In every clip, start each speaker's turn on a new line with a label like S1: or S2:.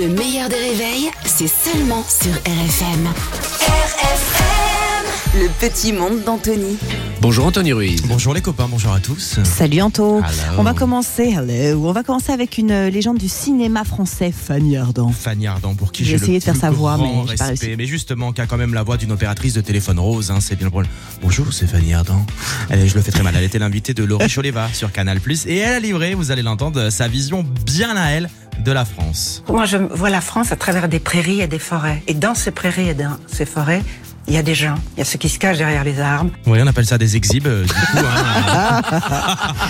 S1: Le meilleur des réveils, c'est seulement sur RFM. RFM Le petit monde d'Anthony.
S2: Bonjour Anthony Ruiz.
S3: Bonjour les copains, bonjour à tous.
S4: Salut Anto.
S3: Hello.
S4: On va commencer. hello. On va commencer avec une euh, légende du cinéma français, Fanny Ardant.
S3: Fanny Ardant, pour qui
S4: J'ai
S3: j'ai
S4: essayé
S3: le
S4: de faire
S3: plus
S4: sa voix,
S3: grand
S4: mais j'ai pas
S3: respect.
S4: réussi.
S3: mais justement, qui a quand même la voix d'une opératrice de téléphone rose, hein, c'est bien le problème. Bonjour, c'est Fanny Ardant. Euh, je le fais très mal. Elle était l'invitée de Laurie Choleva sur Canal et elle a livré, vous allez l'entendre, sa vision bien à elle de la France.
S5: Moi, je vois la France à travers des prairies et des forêts. Et dans ces prairies et dans ces forêts, il y a des gens. Il y a ceux qui se cachent derrière les arbres.
S3: Oui, on appelle ça des exhibes, euh, du coup. hein.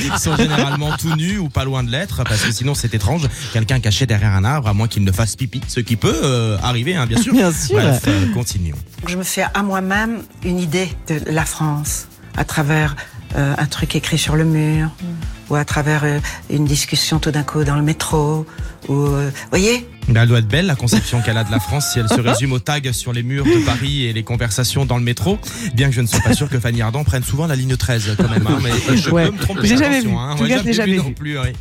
S3: Ils sont généralement tout nus ou pas loin de l'être, parce que sinon c'est étrange. Quelqu'un caché derrière un arbre, à moins qu'il ne fasse pipi, ce qui peut euh, arriver, hein, bien sûr.
S4: Bien sûr.
S3: Bref, euh, continuons.
S5: Donc, Je me fais à moi-même une idée de la France à travers euh, un truc écrit sur le mur ou à travers euh, une discussion tout d'un coup dans le métro. Ou, euh, voyez
S3: Ben, elle doit être belle, la conception qu'elle a de la France, si elle se résume aux tags sur les murs de Paris et les conversations dans le métro. Bien que je ne sois pas sûr que Fanny Ardant prenne souvent la ligne 13, quand même. hein, mais je
S4: Ouais.
S3: peux me tromper.
S4: J'ai jamais
S3: attention,
S4: vu.
S3: hein.
S4: En tout
S3: Ouais,
S4: cas, je l'ai jamais
S3: non
S4: vu.
S3: plus, ouais.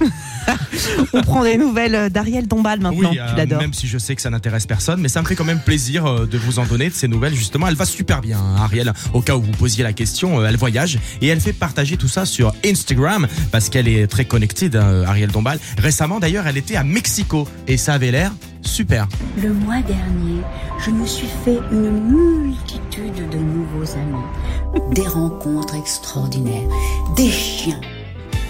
S4: On prend des nouvelles euh, d'Ariel Dombal maintenant.
S3: Oui,
S4: tu
S3: euh,
S4: l'adores.
S3: même si je sais que ça n'intéresse personne, mais ça me fait quand même plaisir euh, de vous en donner de ces nouvelles. Justement, elle va super bien, hein, Ariel. Au cas où vous posiez la question, euh, elle voyage et elle fait partager tout ça sur Instagram parce qu'elle est très connectée, hein, Ariel Dombal. Récemment, d'ailleurs, elle était à Mexico et ça avait l'air super.
S6: Le mois dernier, je me suis fait une multitude de nouveaux amis, des rencontres extraordinaires, des chiens.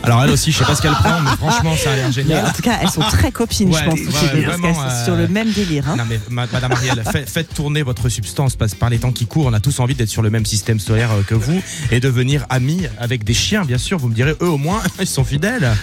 S3: Alors elle aussi, je sais pas ce qu'elle prend, mais franchement, ça a l'air
S4: Mais
S3: génial.
S4: en tout cas, elles sont très copines,
S3: Ouais,
S4: je pense,
S3: ouais,
S4: toutes les deux, parce
S3: vraiment,
S4: qu'elles sont
S3: euh,
S4: sur le même délire. hein.
S3: Non mais ma- Madame Ariel, fait- faites tourner votre substance parce que par les temps qui courent, on a tous envie d'être sur le même système solaire euh, que vous et devenir amis avec des chiens, bien sûr. Vous me direz, eux au moins, ils sont fidèles.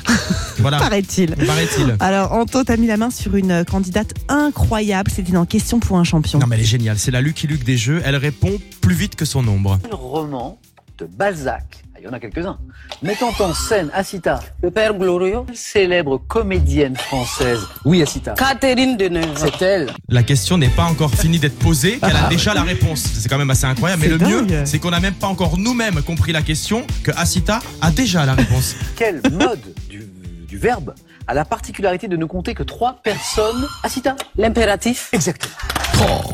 S3: Voilà,
S4: Paraît-il.
S3: paraît-il.
S4: Alors, Anto, t'as mis la main sur une euh, candidate incroyable. C'était dans Question pour un champion.
S3: Non mais elle est géniale, c'est la Lucky Luke des jeux. Elle répond plus vite que son ombre.
S7: Quel roman de Balzac, Ah, il y en a quelques-uns, mettant en scène Asita, le père glorieux, célèbre comédienne française. Oui, Asita.
S8: Catherine Deneuve.
S7: C'est elle.
S3: La question n'est pas encore finie d'être posée, qu'elle a déjà la réponse. C'est quand même assez incroyable. Mais
S4: Ah. C'est
S3: le mieux,
S4: dingue.
S3: c'est qu'on n'a même pas encore nous-mêmes compris la question, que Asita a déjà la réponse.
S7: Quel mode du, du verbe a la particularité de ne compter que trois personnes Asita.
S8: L'impératif.
S7: Exactement.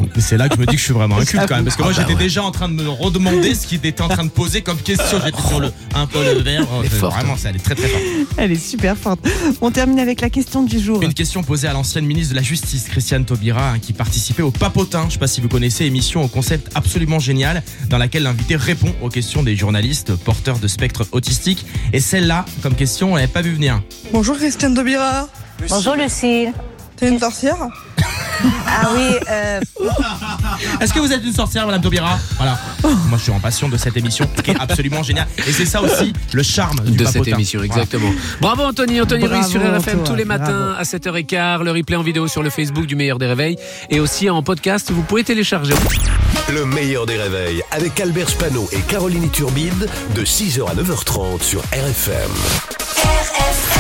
S3: Mais C'est là que je me dis que je suis vraiment
S2: Ah
S3: inculte quand même. Parce que
S2: bah
S3: moi, j'étais déjà en train de me redemander ce qu'il était en train de poser comme question. J'étais sur le, un peu le verre. Oh, c'est
S2: hein.
S3: Vraiment, ça, elle est très très forte.
S4: Elle est super forte. On termine avec la question du jour.
S3: Une question posée à l'ancienne ministre de la Justice, Christiane Taubira, hein, qui participait au Papotin. Je sais pas si vous connaissez, émission au concept absolument génial, dans laquelle l'invité répond aux questions des journalistes porteurs de spectre autistique. Et celle-là, comme question, on l'avait pas vu venir.
S9: Bonjour Christiane Dobira,
S8: Bonjour Lucille.
S9: t'es une sorcière
S8: Ah oui, euh,
S3: Est-ce que vous êtes une sorcière, Madame Taubira Voilà. Moi, je suis en passion de cette émission, qui est absolument géniale. Et c'est ça aussi le charme du
S2: De
S3: Papotin.
S2: cette émission,
S3: Voilà.
S2: exactement. Bravo Anthony, Anthony
S4: Bravo,
S2: Ruiz sur RFM
S4: Antoine,
S2: tous les matins à 7h15. Le replay en vidéo sur le Facebook du meilleur des réveils et aussi en podcast, vous pouvez télécharger.
S10: Le meilleur des réveils avec Albert Spano et Caroline Turbide de 6h à 9h30 sur RFM.
S1: RFM